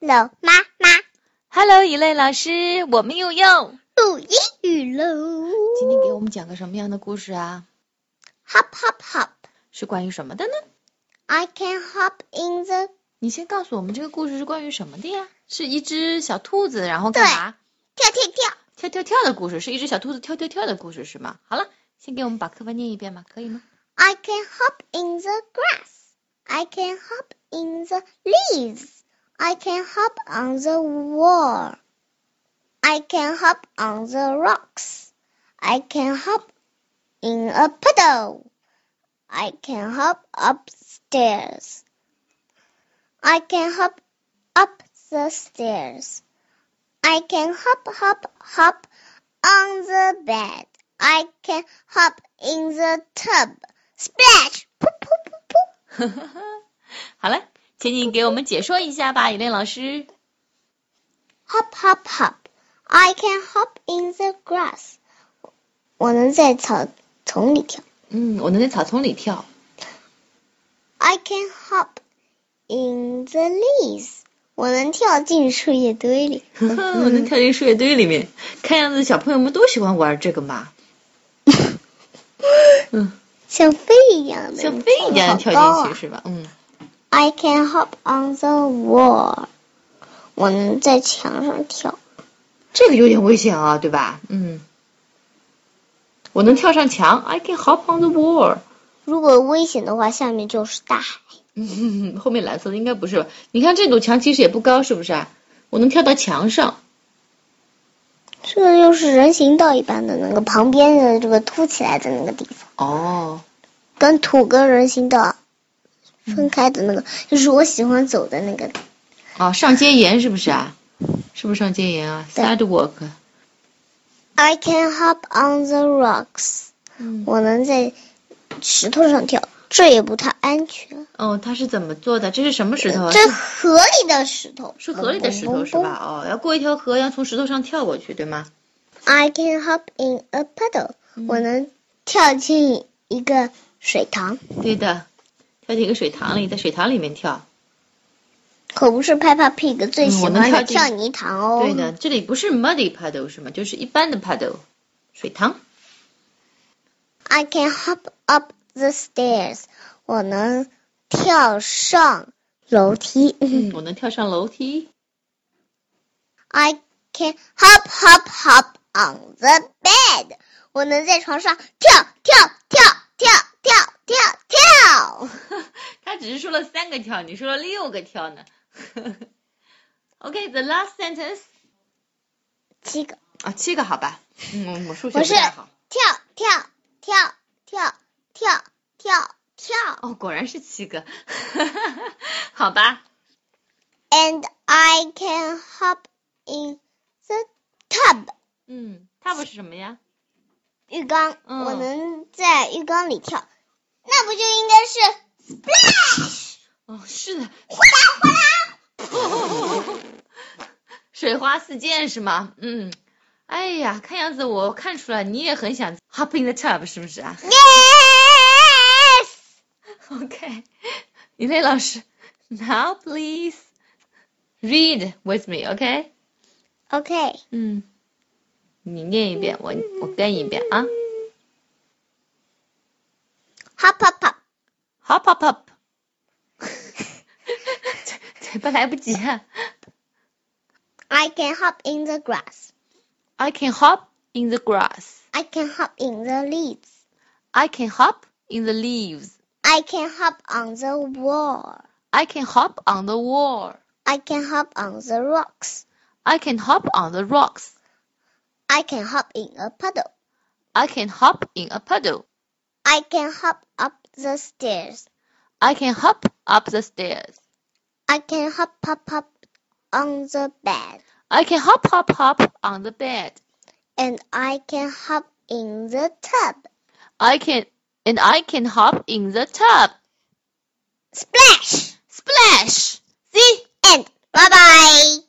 老妈妈 Hello，以类老师，我们又又录英语喽今天给我们讲个什么样的故事啊？ ！Hop hop hop, 是关于什么的呢？ I can hop in the 你先告诉我们这个故事是关于什么的呀？是一只小兔子，然后干嘛？跳跳跳。跳跳跳的故事，是一只小兔子跳跳跳的故事是吗？好了，先给我们把课文念一遍吧，可以吗？ I can hop in the grass. I can hop in the leaves. I can hop on the wall. I can hop on the rocks. I can hop in a puddle. I can hop upstairs. I can hop up the stairs. I can hop, hop, hop on the bed. I can hop in the tub. Splash! Poo, poo, poo, poo. 好了，请你给我们解说一下吧，以类老师。 Hop, hop, hop. I can hop in the grass. 我能在草丛里跳。嗯，我能在草丛里 跳。 I can hop in the leaves. 我能跳进树叶堆里。嗯我能跳进树叶堆里面。看样子小朋友们都喜欢玩这个嘛。嗯，像飞一样的，像飞一样你得好高跳进啊去是吧？嗯， I can hop on the wall. 我能在墙上跳。这个有点危险啊，对吧？嗯，我能跳上墙，I can hop on the wall。 如果危险的话，下面就是大海。嗯，后面蓝色的应该不是吧？你看这堵墙其实也不高，是不是啊？我能跳到墙上。这个就是人行道一般的那个旁边的这个凸起来的那个地方，哦，跟土跟人行道分开的那个，就是我喜欢走的那个。哦，上街沿是不是啊？是不是上街沿啊对？Sidewalk。 I can hop on the rocks，嗯，我能在石头上跳，这也不太安全。哦，它是怎么做的？这是什么石头啊？这河里的石头嗯是河里的石头是吧？哦，要过一条河，要从石头上跳过去，对吗？ ？I can hop in a puddle，、我嗯能跳进一个水塘，对的，跳进一个水塘里，在水塘里面跳。可不是 Peppa Pig 最嗯喜我能欢的跳跳进泥塘哦。对的，这里不是 muddy puddle 是吗？就是一般的 puddle，水塘。 I can hop up the stairs. 我能跳上楼梯。嗯，我能跳上楼梯。 I can hop hop hop on the bed. 我能在床上跳跳跳跳跳跳跳。他只是说了三个跳，你说了六个跳呢。OK，the、last sentence 七个，啊，七个好吧？嗯，我数不学不是太好。跳跳跳跳跳跳跳。哦，果然是七个，好吧？ And I can hop in the tub. 嗯，tub 是什么呀？浴缸，嗯我能在浴缸里跳，那不就应该是 splash 哦，是的，哗啦哗啦？水花四溅是吗？嗯，哎呀，看样子我看出来你也很想 hop in the tub 是不是啊 Yes， ？OK，李磊老师，Now please read with me，OK？、 OK，嗯，你念一遍，我我跟一遍啊。 hop hop hop。 Hop hop hop，嘴嘴巴来不及啊。 I can hop in the grass. I can hop in the grass. I can hop in the leaves. I can hop in the leaves. I can hop on the wall. I can hop on the wall. I can hop on the rocks. I can hop on the rocks. I can hop in a puddle. I can hop in a puddle. I can hop up the stairs. I can hop up the stairs. I can hop hop hop on the bed. I can hop, hop, hop on the bed. And I can hop in the tub. I can, and I can hop in the tub. Splash! Splash! See? And bye bye!